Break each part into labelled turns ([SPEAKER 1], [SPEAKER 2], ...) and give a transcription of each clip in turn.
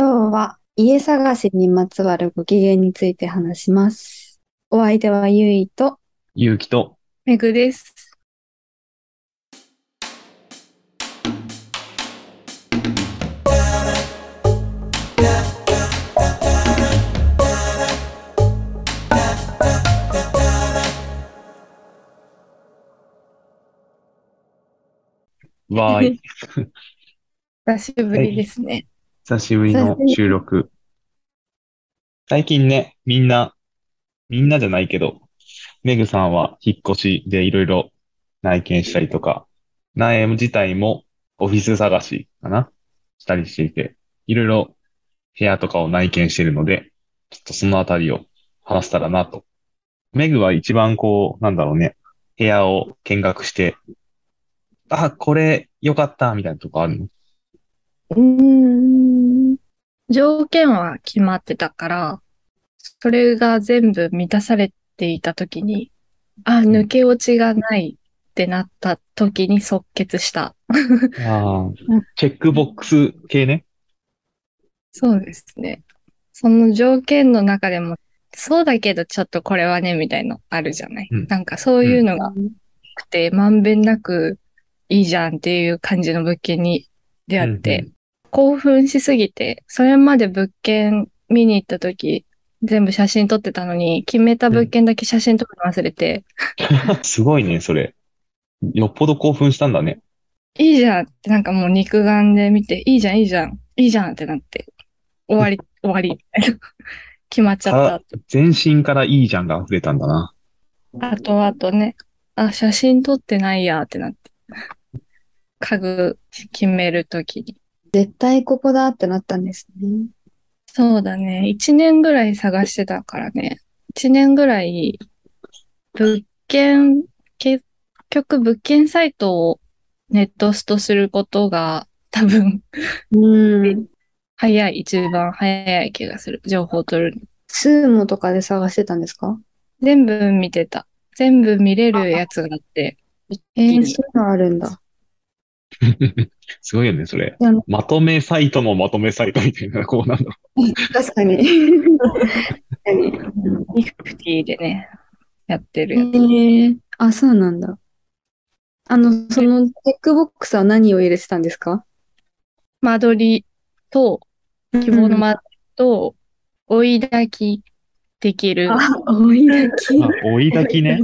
[SPEAKER 1] んは家探しにまつわるご機嫌について話します。お相手はゆいと
[SPEAKER 2] ゆうきと、
[SPEAKER 3] めぐです。
[SPEAKER 2] わーい、
[SPEAKER 3] 久しぶりですね。
[SPEAKER 2] 久しぶりの収録。最近ね、みんな、みんなじゃないけど、めぐさんは引っ越しでいろいろ内見したりとか、ナエム自体もオフィス探しかなしたりしていて、いろいろ部屋とかを内見してるので、ちょっとそのあたりを話せたらなと。めぐは一番こう、なんだろうね、部屋を見学して、あ、これ良かった、みたいなとこあるの
[SPEAKER 1] うーん。
[SPEAKER 3] 条件は決まってたから、それが全部満たされていたときに、あ、抜け落ちがないってなったときに即決し
[SPEAKER 2] あ
[SPEAKER 3] た。
[SPEAKER 2] あ、チェックボックス系ね。
[SPEAKER 3] そうですね。その条件の中でも、そうだけどちょっとこれはね、みたいのあるじゃない。
[SPEAKER 2] うん
[SPEAKER 3] なんかそういうのがなくて、まんべんなくいいじゃんっていう感じの物件に出会って、
[SPEAKER 2] うんう
[SPEAKER 3] 興奮しすぎて、それまで物件見に行った時、全部写真撮ってたのに、決めた物件だけ写真撮るの忘れて、
[SPEAKER 2] すごいね、それ。よっぽど興奮したんだね。
[SPEAKER 3] いいじゃんってなんかもう肉眼で見て、いいじゃん、いいじゃん、いいじゃんってなって、終わり、終わり、みたいな決まっちゃった。
[SPEAKER 2] 全身からいいじゃんが溢れたんだな。
[SPEAKER 3] あとあとね、あ、写真撮ってないやってなって。家具決めるときに。
[SPEAKER 1] 絶対ここだってなったんですね。
[SPEAKER 3] そうだね。一年ぐらい探してたからね。一年ぐらい、物件、結局物件サイトをネットストすることが多分
[SPEAKER 1] うん。
[SPEAKER 3] 早い、一番早い気がする。情報取るの。
[SPEAKER 1] スーモとかで探してたんですか
[SPEAKER 3] 全部見てた。全部見れるやつがあって。
[SPEAKER 1] えー、
[SPEAKER 3] いいね
[SPEAKER 1] そういうのあるんだ。
[SPEAKER 2] すごいよね、それ
[SPEAKER 1] いやあの。
[SPEAKER 2] まとめサイトのまとめサイトみたいな、こうなんだろ
[SPEAKER 1] 確かに。確かに。
[SPEAKER 3] ニフティでね、やってるやつ。
[SPEAKER 1] へ えあ、そうなんだ。あの、そのチェックボックスは何を入れてたんですか
[SPEAKER 3] 間取りと、希望の間取りと、追い抱きできる
[SPEAKER 1] あ、追いだき。
[SPEAKER 2] う。あ追い抱き ね。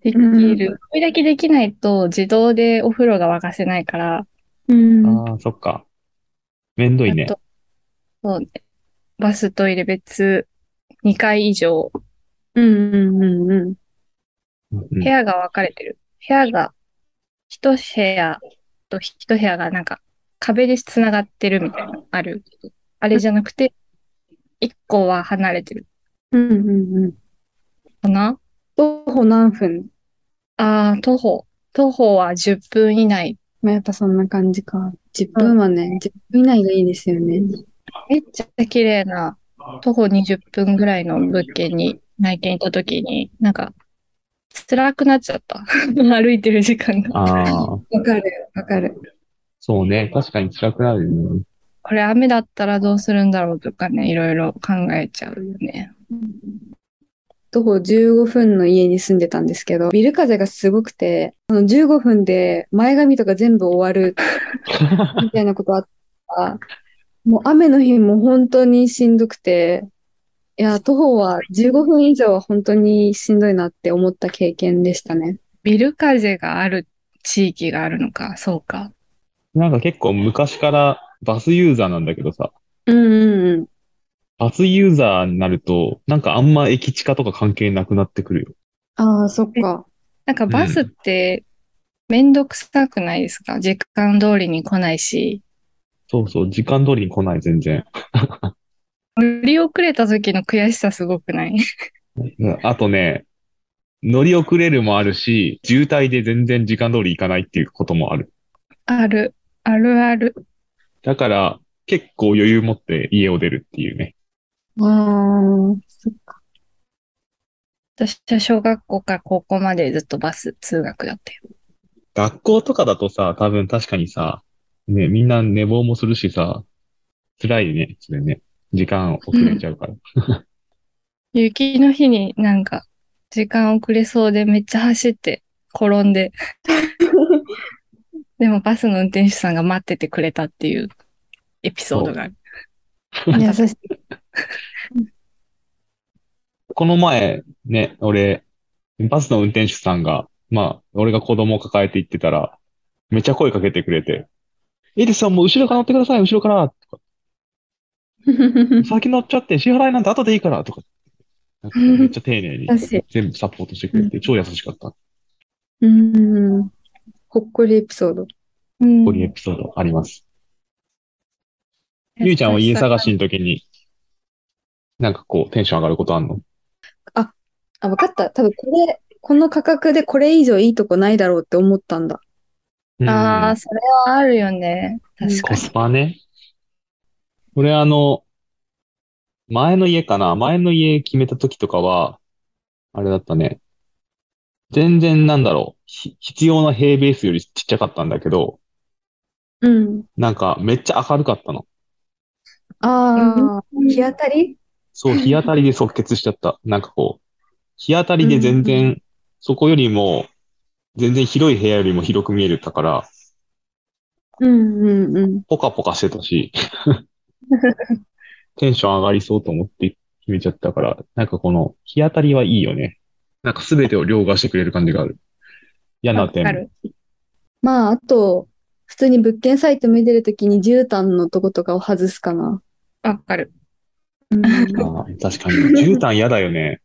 [SPEAKER 3] できる。追いだきできないと自動でお風呂が沸かせないから、
[SPEAKER 1] うん。
[SPEAKER 2] ああ、そっか。めんどいね
[SPEAKER 3] あ。と、そうね。バストイレ別2階以上、
[SPEAKER 1] うんうんうんうん。
[SPEAKER 2] うん
[SPEAKER 3] 部屋が分かれてる。部屋が、一部屋と一部屋がなんか壁で繋がってるみたいなのある。あれじゃなくて、1個は離れてる
[SPEAKER 1] うんうんうん。
[SPEAKER 3] かな
[SPEAKER 1] 徒歩何分
[SPEAKER 3] ああ、徒歩。徒歩は10分以内。
[SPEAKER 1] まあ、やっぱそんな感じか。10分はね、10分以内がいいですよね。
[SPEAKER 3] めっちゃ綺麗な、徒歩20分ぐらいの物件に内見行った時に、なんか、辛くなっちゃった。 歩いてる時間が。
[SPEAKER 2] ああ、
[SPEAKER 1] わかる、わかる。
[SPEAKER 2] そうね。確かに辛くなるよね。
[SPEAKER 3] これ雨だったらどうするんだろうとかね、いろいろ考えちゃうよね。
[SPEAKER 1] 徒歩15分の家に住んでたんですけど、ビル風がすごくて、その15分で前髪とか全部終わ るみたいなことあった。もう雨の日も本当にしんどくて、いや、徒歩は15分以上は本当にしんどいなって思った経験でしたね。
[SPEAKER 3] ビル風がある地域があるのか、そうか。
[SPEAKER 2] なんか結構昔からバスユーザーなんだけどさ、
[SPEAKER 1] うんうんうん。
[SPEAKER 2] バスユーザーになると、なんかあんま駅地下とか関係なくなってくるよ。
[SPEAKER 1] ああ、そっか。
[SPEAKER 3] なんかバスってめんどくさくないですか時間通りに来ないし、
[SPEAKER 2] そうそう、時間通りに来ない、全然。
[SPEAKER 3] 乗り遅れた時の悔しさすごくない
[SPEAKER 2] うんあとね、乗り遅れるもあるし、渋滞で全然時間通り行かないっていうこともある。
[SPEAKER 3] ある、あるある。
[SPEAKER 2] だから、結構余裕持って家を出るっていうね。
[SPEAKER 1] あ あ、そっか。
[SPEAKER 3] 私は小学校から高校までずっとバス通学だったよ。
[SPEAKER 2] 学校とかだとさ、多分確かにさ、ね、みんな寝坊もするしさ、辛いね、それね。時間遅れちゃうから。
[SPEAKER 3] 雪の日になんか、時間遅れそうでめっちゃ走って、転んで。でもバスの運転手さんが待っててくれたっていうエピソードがある。
[SPEAKER 1] 優しい。
[SPEAKER 2] この前、ね、俺、バスの運転手さんが、まあ、俺が子供を抱えて行ってたら、めっちゃ声かけてくれて、エリスさんもう後ろから乗ってください、後ろから、とか、先乗っちゃって、支払いなんて後でいいから、とか、なんかめっちゃ丁寧に
[SPEAKER 1] 優しい
[SPEAKER 2] 全部サポートしてくれて、超優しかった。
[SPEAKER 1] うん。ほっこりエピソード。
[SPEAKER 3] うん
[SPEAKER 2] こういうエピソードあります。ゆいちゃんは家探しの時に、なんかこう、テンション上がることあんの
[SPEAKER 1] あ、わかった。多分これ、この価格でこれ以上いいとこないだろうって思ったんだ。
[SPEAKER 3] あ
[SPEAKER 2] う
[SPEAKER 3] あ、
[SPEAKER 2] ん
[SPEAKER 3] それはあるよね。確か
[SPEAKER 2] コ
[SPEAKER 3] に。
[SPEAKER 2] スパね。俺あの、前の家かな前の家決めた時とかは、あれだったね。全然なんだろう。ひ必要な平ベースよりちっちゃかったんだけど、
[SPEAKER 1] うん。
[SPEAKER 2] なんかめっちゃ明るかったの。
[SPEAKER 1] ああ、日当たり
[SPEAKER 2] そう、日当たりで即決しちゃった。なんかこう、日当たりで全
[SPEAKER 1] うんう
[SPEAKER 2] 然、そこよりも、全然広い部屋よりも広く見えるたから、
[SPEAKER 1] うんうんうん。
[SPEAKER 2] ポカポカしてた し、テンション上がりそうと思って決めちゃったから、なんかこの日当たりはいいよね。なんか全てを凌駕してくれる感じがある。嫌な点。
[SPEAKER 3] わかる。
[SPEAKER 1] まあ、あと、普通に物件サイト見てるときに絨毯のとことかを外すかな。
[SPEAKER 3] わかる。
[SPEAKER 2] あー確かに。絨毯嫌だよね。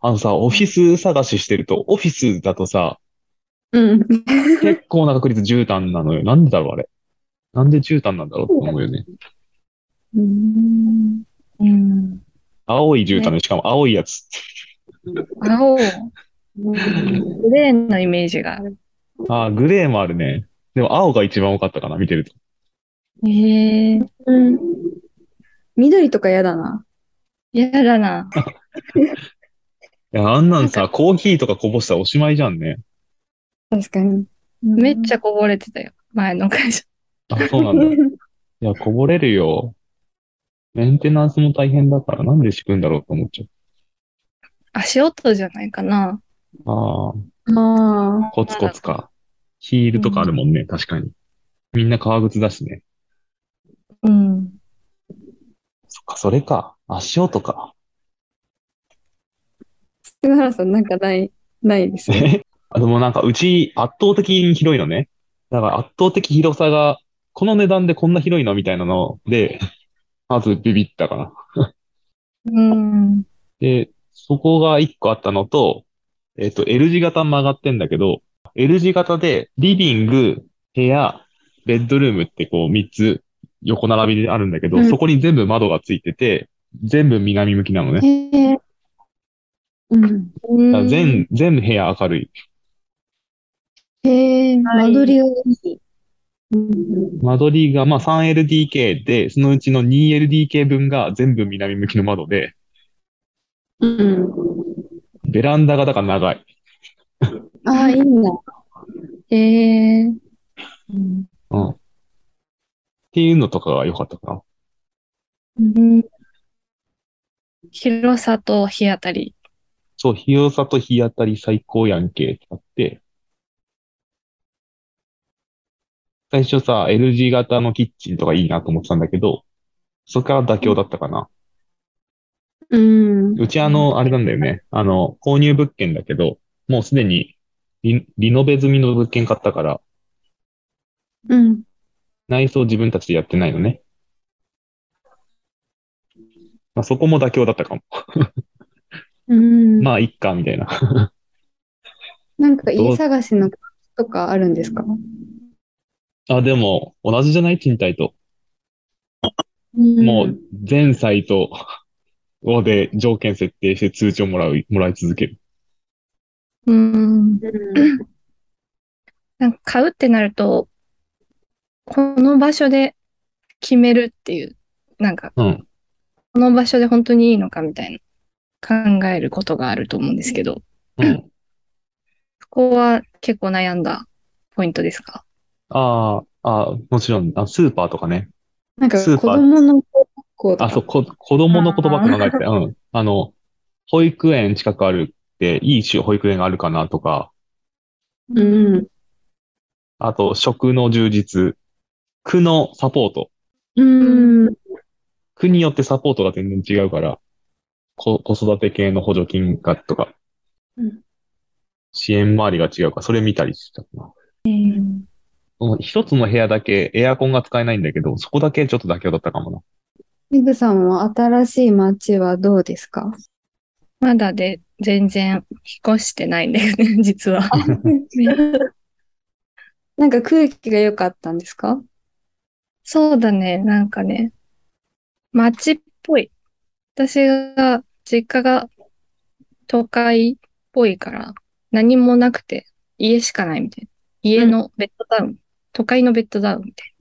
[SPEAKER 2] あのさ、オフィス探ししてると、オフィスだとさ、
[SPEAKER 1] うん。
[SPEAKER 2] 結構な確率絨毯なのよ。なんでだろう、あれ。なんで絨毯なんだろうと思うよね。
[SPEAKER 1] うん。
[SPEAKER 3] うん。
[SPEAKER 2] 青い絨毯で、しかも青いやつ。
[SPEAKER 3] 青、グレーのイメージがある。
[SPEAKER 2] ああ、グレーもあるね。でも青が一番多かったかな、見てると。
[SPEAKER 3] ええ
[SPEAKER 1] うん。緑とか嫌だな。
[SPEAKER 3] 嫌だな。
[SPEAKER 2] いや、あんなんさ、コーヒーとかこぼしたらおしまいじゃんね。
[SPEAKER 1] 確かに。
[SPEAKER 3] めっちゃこぼれてたよ。前の会社。
[SPEAKER 2] あ、そうなんだ。いや、こぼれるよ。メンテナンスも大変だから、なんで敷くんだろうと思っちゃ
[SPEAKER 3] 足音じゃないかな。
[SPEAKER 2] う。あ
[SPEAKER 1] あ
[SPEAKER 2] あ、コツコツか。ヒールとかあるもんね、確かに。みんな革靴だしね。
[SPEAKER 3] うん。
[SPEAKER 2] そっか、それか。足音か。
[SPEAKER 1] あ。菅原さんなんかない、ないですね。
[SPEAKER 2] あでもなんか、うち圧倒的に広いのね。だから圧倒的広さが、この値段でこんな広いのみたいなので、まずビビったかな。
[SPEAKER 3] うん。
[SPEAKER 2] で、そこが1個あったのと、えっと、L 字型曲がってんだけど、L 字型で、リビング、部屋、ベッドルームってこう3つ横並びであるんだけど、
[SPEAKER 1] うん
[SPEAKER 2] そこに全部窓がついてて、全部南向きなのね。
[SPEAKER 3] へえ
[SPEAKER 1] うん。
[SPEAKER 2] だから全、全部部屋明るい。
[SPEAKER 1] へえ、間取りがいい。うん
[SPEAKER 2] 間取りが、まあ 3LDK で、そのうちの 2LDK 分が全部南向きの窓で、
[SPEAKER 1] うん。
[SPEAKER 2] ベランダがだから長い。
[SPEAKER 1] ああ、いいな。へえ。うん
[SPEAKER 2] うん。っていうのとかが良かったかな。
[SPEAKER 3] うん広さと日当たり。
[SPEAKER 2] そう、広さと日当たり最高やんけってなって、最初さ、L 字型のキッチンとかいいなと思ってたんだけど、そこから妥協だったかな。
[SPEAKER 1] うん。
[SPEAKER 2] うちあの、あれなんだよね。あの、購入物件だけど、もうすでにリ、リノベ済みの物件買ったから、
[SPEAKER 1] うん。
[SPEAKER 2] 内装自分たちでやってないのね。まあ、そこも妥協だったかも。
[SPEAKER 1] うん。
[SPEAKER 2] まあ、いっか、みたいな。
[SPEAKER 1] なんか
[SPEAKER 2] ど
[SPEAKER 1] 家
[SPEAKER 2] う
[SPEAKER 1] 探しのとかあるんですか
[SPEAKER 2] あ、でも、同じじゃない賃貸と。もう、全サイトをで条件設定して通知をもらう、もらい続ける。
[SPEAKER 3] うん。
[SPEAKER 1] うん。
[SPEAKER 3] なんか買うってなると、この場所で決めるっていう、なんか、
[SPEAKER 2] うん。
[SPEAKER 3] この場所で本当にいいのかみたいな、考えることがあると思うんですけど、
[SPEAKER 2] うん。
[SPEAKER 3] そこは結構悩んだポイントですか
[SPEAKER 2] あーあー、もちろん、あ、スーパーとかね。
[SPEAKER 1] なんか
[SPEAKER 2] スー
[SPEAKER 1] 子
[SPEAKER 2] パー
[SPEAKER 1] 供の小学校と
[SPEAKER 2] あ、
[SPEAKER 1] か
[SPEAKER 2] そう、こ、子供の言葉考えて、うん。あの、保育園近くあるって、いいし保育園があるかなとか、
[SPEAKER 1] うんうん。
[SPEAKER 2] あと、食の充実、区のサポート。
[SPEAKER 1] うん。
[SPEAKER 2] 区によってサポートが全然違うから、こ、子育て系の補助金がとか、
[SPEAKER 1] うん
[SPEAKER 2] 支援周りが違うから、それ見たりしたかな。
[SPEAKER 3] うん
[SPEAKER 2] その一つの部屋だけエアコンが使えないんだけど、そこだけちょっと妥協だったかもな。
[SPEAKER 1] メグさんは新しい街はどうです か
[SPEAKER 3] まだで、全然引っ越してないんだよね、実は。
[SPEAKER 1] なんか空気が良かったんですか
[SPEAKER 3] そうだね、なんかね、街っぽい。私が、実家が都会っぽいから、何もなくて、家しかないみたいな。家のベッドタウン、都会のベッドタウンみたい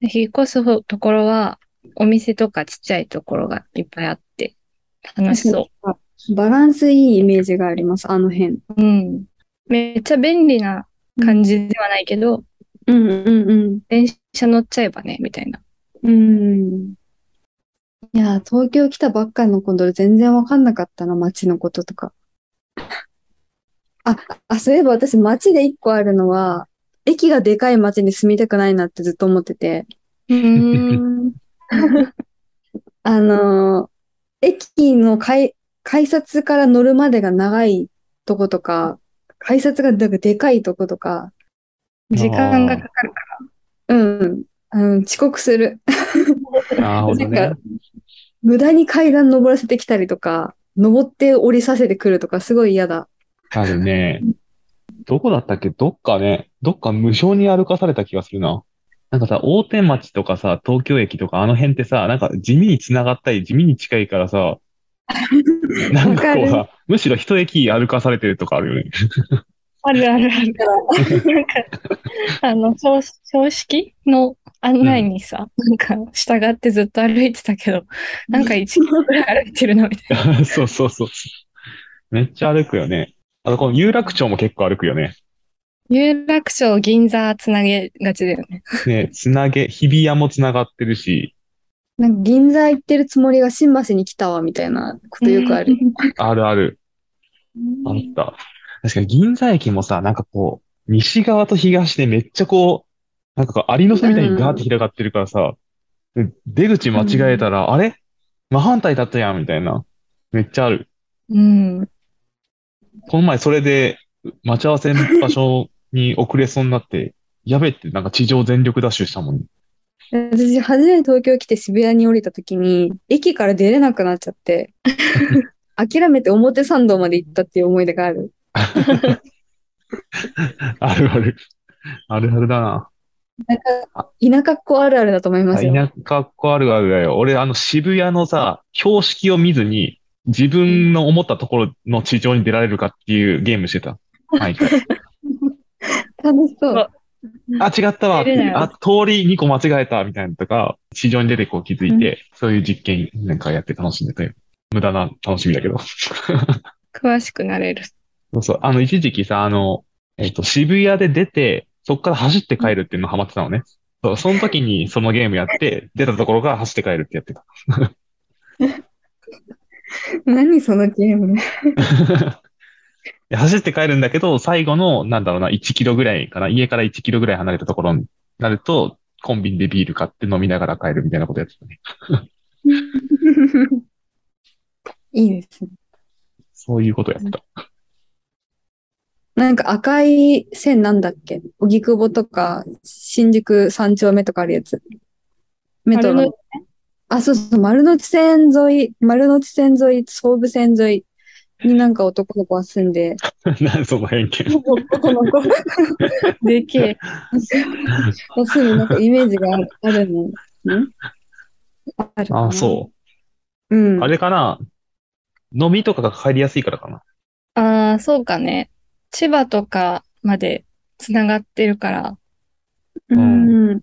[SPEAKER 3] な。で引っ越すところは、お店とかちっちゃいところがいっぱいあって、楽しそう。
[SPEAKER 1] バランスいいイメージがあります、あの辺。
[SPEAKER 3] うん。めっちゃ便利な感じではないけど、
[SPEAKER 1] うんうん
[SPEAKER 3] 電車乗っちゃえばね、みた いな。
[SPEAKER 1] うん。うん。いや、東京来たばっかりの子と全然わかんなかったな、街のこととか。あ、あ、そういえば私街で一個あるのは、駅がでかい街に住みたくないなってずっと思ってて、
[SPEAKER 3] うーん。
[SPEAKER 1] あのー駅の改、改札から乗るまでが長いとことか、改札がなんかでかいとことか、
[SPEAKER 3] 時間がかかるか
[SPEAKER 1] うん、あの、遅刻する。
[SPEAKER 2] なるほど
[SPEAKER 1] な
[SPEAKER 2] ね
[SPEAKER 1] ん。無駄に階段登らせてきたりとか、登って降りさせてくるとか、すごい嫌だ。
[SPEAKER 2] あるね。どこだったっけどっかね、どっか無償に歩かされた気がするな。なんかさ、大手町とかさ、東京駅とかあの辺ってさ、なんか地味に繋がったり、地味に近いから さ、なんかこう
[SPEAKER 1] わ
[SPEAKER 2] さ、むしろ一駅歩かされてるとかあるよね。
[SPEAKER 3] あるあるある。なんか、あの、標標識の案内にさ、なんか、従ってずっと歩いてたけど、なんか1キロぐらい歩いてるな、みたい な。
[SPEAKER 2] そうそうそう。めっちゃ歩くよね。あとこの有楽町も結構歩くよね。
[SPEAKER 3] 有楽町、銀座つなげがちだよね。
[SPEAKER 2] ね、つなげ、日比谷も繋がってるし、
[SPEAKER 1] なんか銀座行ってるつもりが新橋に来たわ、みたいなことよくある。
[SPEAKER 2] あるある。あった。確かに銀座駅もさ、なんかこう、西側と東でめっちゃこう、なんかこう、アリの巣みたいにガーって開がってるからさ、で出口間違えたら、あれ真反対だったやん、みたいな。めっちゃある。
[SPEAKER 3] うん。
[SPEAKER 2] この前それで、待ち合わせ場所に遅れそうになって、やべってなんか地上全力ダッシュしたもん、ね。
[SPEAKER 1] 私、初めて東京来て渋谷に降りた時に、駅から出れなくなっちゃって、諦めて表参道まで行ったっていう思い出がある。
[SPEAKER 2] あるある。あるあるだな。
[SPEAKER 1] 田舎っ子あるあるだと思いますよ。
[SPEAKER 2] 田舎っ子あるあるだよ。俺、あの渋谷のさ、標識を見ずに、自分の思ったところの地上に出られるかっていうゲームしてた。はい。
[SPEAKER 1] 楽しそう。
[SPEAKER 2] あ、違ったわって
[SPEAKER 3] 出れ
[SPEAKER 2] い
[SPEAKER 3] な
[SPEAKER 2] う。
[SPEAKER 3] い
[SPEAKER 2] あ、通り2個間違えたみたいなのとか、地上に出てこう気づいて、そういう実験なんかやって楽しんでたよ。無駄な楽しみだけど。
[SPEAKER 3] 詳しくなれる。
[SPEAKER 2] そうそう。あの、一時期さ、あの、えっと、渋谷で出て、そこから走って帰るっていうのハマってたのね。そう、その時にそのゲームやって、出たところから走って帰るってやってた。
[SPEAKER 1] 何そのゲーム。
[SPEAKER 2] で走って帰るんだけど、最後の、なんだろうな、1キロぐらいかな、家から1キロぐらい離れたところになると、コンビニでビール買って飲みながら帰るみたいなことやってたね。
[SPEAKER 1] いいですね。
[SPEAKER 2] そういうことやってた。
[SPEAKER 1] なんか赤い線なんだっけ荻窪とか新宿三丁目とかあるやつ。メトロ
[SPEAKER 3] 丸の
[SPEAKER 1] の。あ、そうそう、丸の内線沿い、丸の内線沿い、総武線沿いになんか男の子が住ん で、
[SPEAKER 2] 何その偏見。
[SPEAKER 1] 男の子が
[SPEAKER 3] でけえ。
[SPEAKER 1] 住むなんかイメージがあるあるの。んあるかな。
[SPEAKER 2] あ、そう
[SPEAKER 1] う
[SPEAKER 2] う。
[SPEAKER 1] ん。
[SPEAKER 2] あれかな飲みとかが帰りやすいからかな。
[SPEAKER 3] ああ、そうかね。千葉とかまでつながってるから、
[SPEAKER 1] うん。ま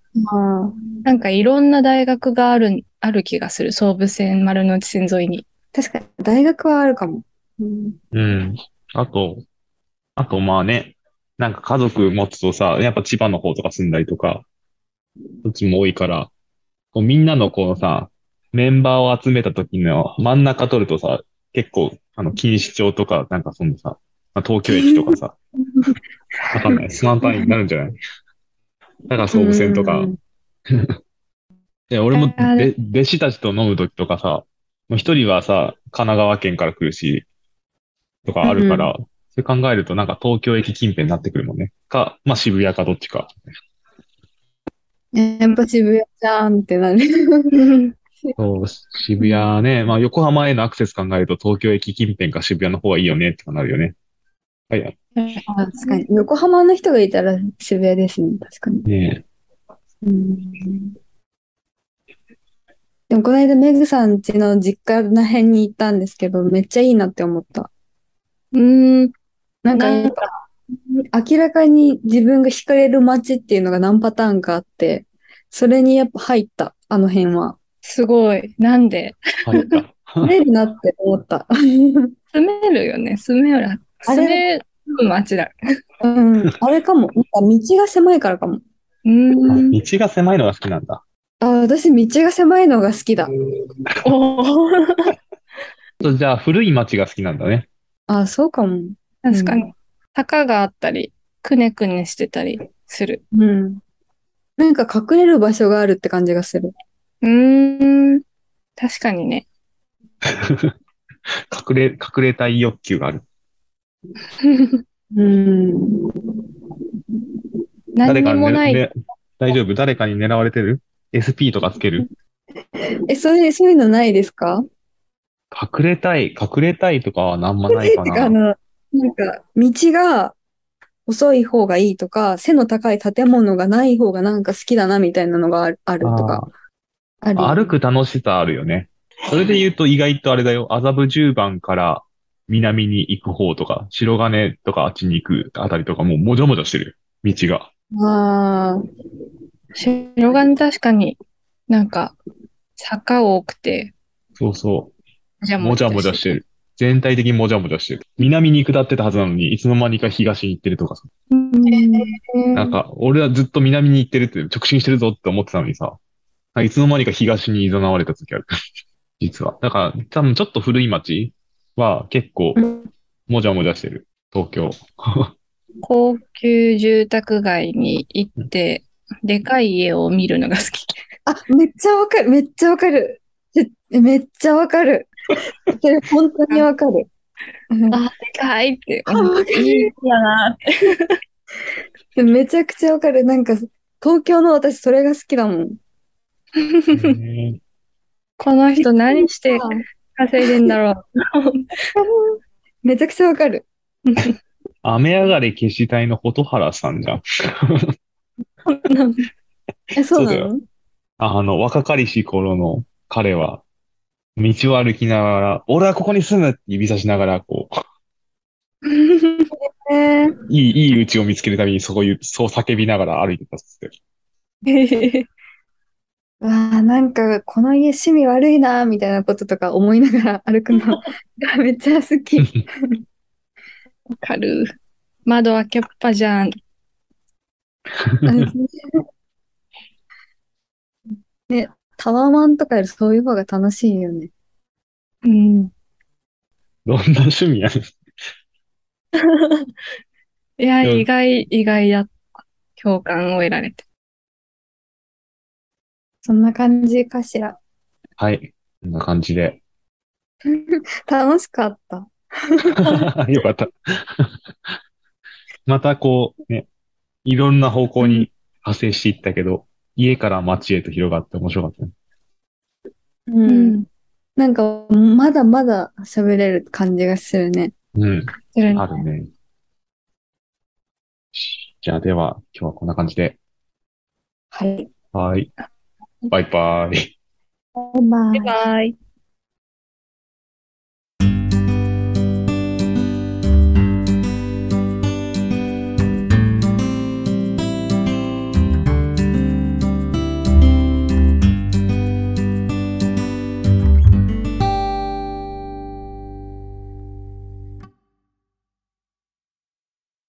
[SPEAKER 1] あ、
[SPEAKER 3] なんかいろんな大学がある、ある気がする。総武線、丸の内線沿いに。
[SPEAKER 1] 確かに大学はあるかも。うん
[SPEAKER 2] うん。あと、あとまあね、なんか家族持つとさ、やっぱ千葉の方とか住んだりとか、そっちも多いから、こうみんなのこのさ、メンバーを集めた時の真ん中取るとさ、結構、あの、錦糸町とか、なんかそのさ、まあ、東京駅とかさ、わかんない。スワン単位になるんじゃないだから総武線とか
[SPEAKER 1] う。ん
[SPEAKER 2] で、俺も
[SPEAKER 3] あー
[SPEAKER 2] で、弟子たちと飲む時とかさ、もう一人はさ、神奈川県から来るし、とかあるから、それ考えるとなんか東京駅近辺になってくるもんね。か、まあ渋谷かどっちか。
[SPEAKER 1] やっぱ渋谷じゃんってなる。
[SPEAKER 2] そう、渋谷ね。まあ、横浜へのアクセス考えると、東京駅近辺か渋谷の方がいいよね、とかなるよね。はい、
[SPEAKER 1] 確かに。横浜の人がいたら渋谷ですね、確かに。
[SPEAKER 2] ね
[SPEAKER 1] うんでもこの間メグさん家の実家ら辺に行ったんですけど、めっちゃいいなって思った。
[SPEAKER 3] うん。
[SPEAKER 1] なんかやっぱ明らかに自分が惹かれる街っていうのが何パターンかあって、それにやっぱ入った、あの辺は。
[SPEAKER 3] すごい。なんで
[SPEAKER 2] え。はい、か。
[SPEAKER 1] 入れるなって思った。
[SPEAKER 3] 住めるよね。住める。
[SPEAKER 1] あ
[SPEAKER 3] 住
[SPEAKER 1] れ
[SPEAKER 3] める街だ。
[SPEAKER 1] うん、あれかも。なんか道が狭いからかも。
[SPEAKER 3] うん。
[SPEAKER 2] 道が狭いのが好きなんだ。
[SPEAKER 1] あ、私道が狭いのが好きだ。
[SPEAKER 3] おー
[SPEAKER 2] じゃあ、古い街が好きなんだね。
[SPEAKER 1] あ、そうかも。
[SPEAKER 3] 確かに。坂があったり、くねくねしてたりする。
[SPEAKER 1] うん。なんか隠れる場所があるって感じがする。
[SPEAKER 3] うん。確か にね。
[SPEAKER 2] 隠れ、隠れたい欲求がある。
[SPEAKER 1] うん。
[SPEAKER 3] 何に
[SPEAKER 2] か
[SPEAKER 3] もない。
[SPEAKER 2] ね大丈夫誰かに狙われてる ?SP とかつける
[SPEAKER 1] え、そういう、そういうのないですか
[SPEAKER 2] 隠れたい、隠れたいとかはなんもないか
[SPEAKER 1] てか、あ
[SPEAKER 2] な。
[SPEAKER 1] の、なんか、道が細い方がいいとか、背の高い建物がない方がなんか好きだなみたいなのがあるあるとか。ある
[SPEAKER 2] あ歩く楽しさあるよね。それで言うと意外とあれだよ。麻布十番から南に行く方とか、白金とかあっちに行くあたりとかもうもじょもじょしてる。道が。
[SPEAKER 1] ああ、
[SPEAKER 3] 白金確かになんか坂多くて、
[SPEAKER 2] そうそ
[SPEAKER 3] もじゃ
[SPEAKER 2] う。もじゃもじゃしてる。全体的にもじゃもじゃしてる。南に下ってたはずなのに、いつの間にか東に行ってるとかさ。
[SPEAKER 3] うん
[SPEAKER 2] なんか、俺はずっと南に行ってるって、直進してるぞって思ってたのにさ、なんかいつの間にか東に誘われた時ある。 実は。だから、多分ちょっと古い町は結構
[SPEAKER 1] う、
[SPEAKER 2] もじゃもじゃしてる。東京。
[SPEAKER 3] 高級住宅街に行って、でかい家を見るのが好き。
[SPEAKER 1] あ、めっちゃわかる、めっちゃわかる。えめっちゃわかる。それ本当にわか る。うん
[SPEAKER 3] あ、 でかいって。
[SPEAKER 1] あわかる
[SPEAKER 3] いい家だなっ て。
[SPEAKER 1] めちゃくちゃわかる。なんか、東京の私、それが好きだもん。
[SPEAKER 3] この人何して稼いでんだろう。
[SPEAKER 1] めちゃくちゃわかる。
[SPEAKER 2] 雨上がり消し隊の蛍原さんじゃん。
[SPEAKER 1] え、そうな
[SPEAKER 2] そうだ
[SPEAKER 1] の
[SPEAKER 2] あの、若かりし頃の彼は、道を歩きながら、俺はここに住むって指さしながら、こう、
[SPEAKER 1] えー
[SPEAKER 2] いい、いいうちを見つけるために、そういう、そう叫びながら歩いてたっつって。
[SPEAKER 1] うわあ、なんか、この家趣味悪いな、みたいなこととか思いながら歩く のがめっちゃ好き。
[SPEAKER 3] わかる。窓開けっぱじゃん。
[SPEAKER 1] ね、タワマンとかよりそういう方が楽しいよね。
[SPEAKER 3] うん。
[SPEAKER 2] どんな趣味やねん。
[SPEAKER 3] いや、
[SPEAKER 2] うん
[SPEAKER 3] 意外、意外だった。共感を得られて。
[SPEAKER 1] そんな感じかしら。
[SPEAKER 2] はい。こんな感じで。
[SPEAKER 1] 楽しかった。
[SPEAKER 2] よかった。またこう、ね、いろんな方向に派生していったけど、家から街へと広がって面白かったね。
[SPEAKER 1] う。。
[SPEAKER 3] うん
[SPEAKER 1] なんか、まだまだ喋れる感じがするね。
[SPEAKER 2] うん。
[SPEAKER 3] それ
[SPEAKER 2] あるね。じゃあでは、今日はこんな感じで。
[SPEAKER 1] はい。
[SPEAKER 2] はい。バイ
[SPEAKER 1] バイバ
[SPEAKER 2] バイ。
[SPEAKER 1] イ
[SPEAKER 3] バイバイ。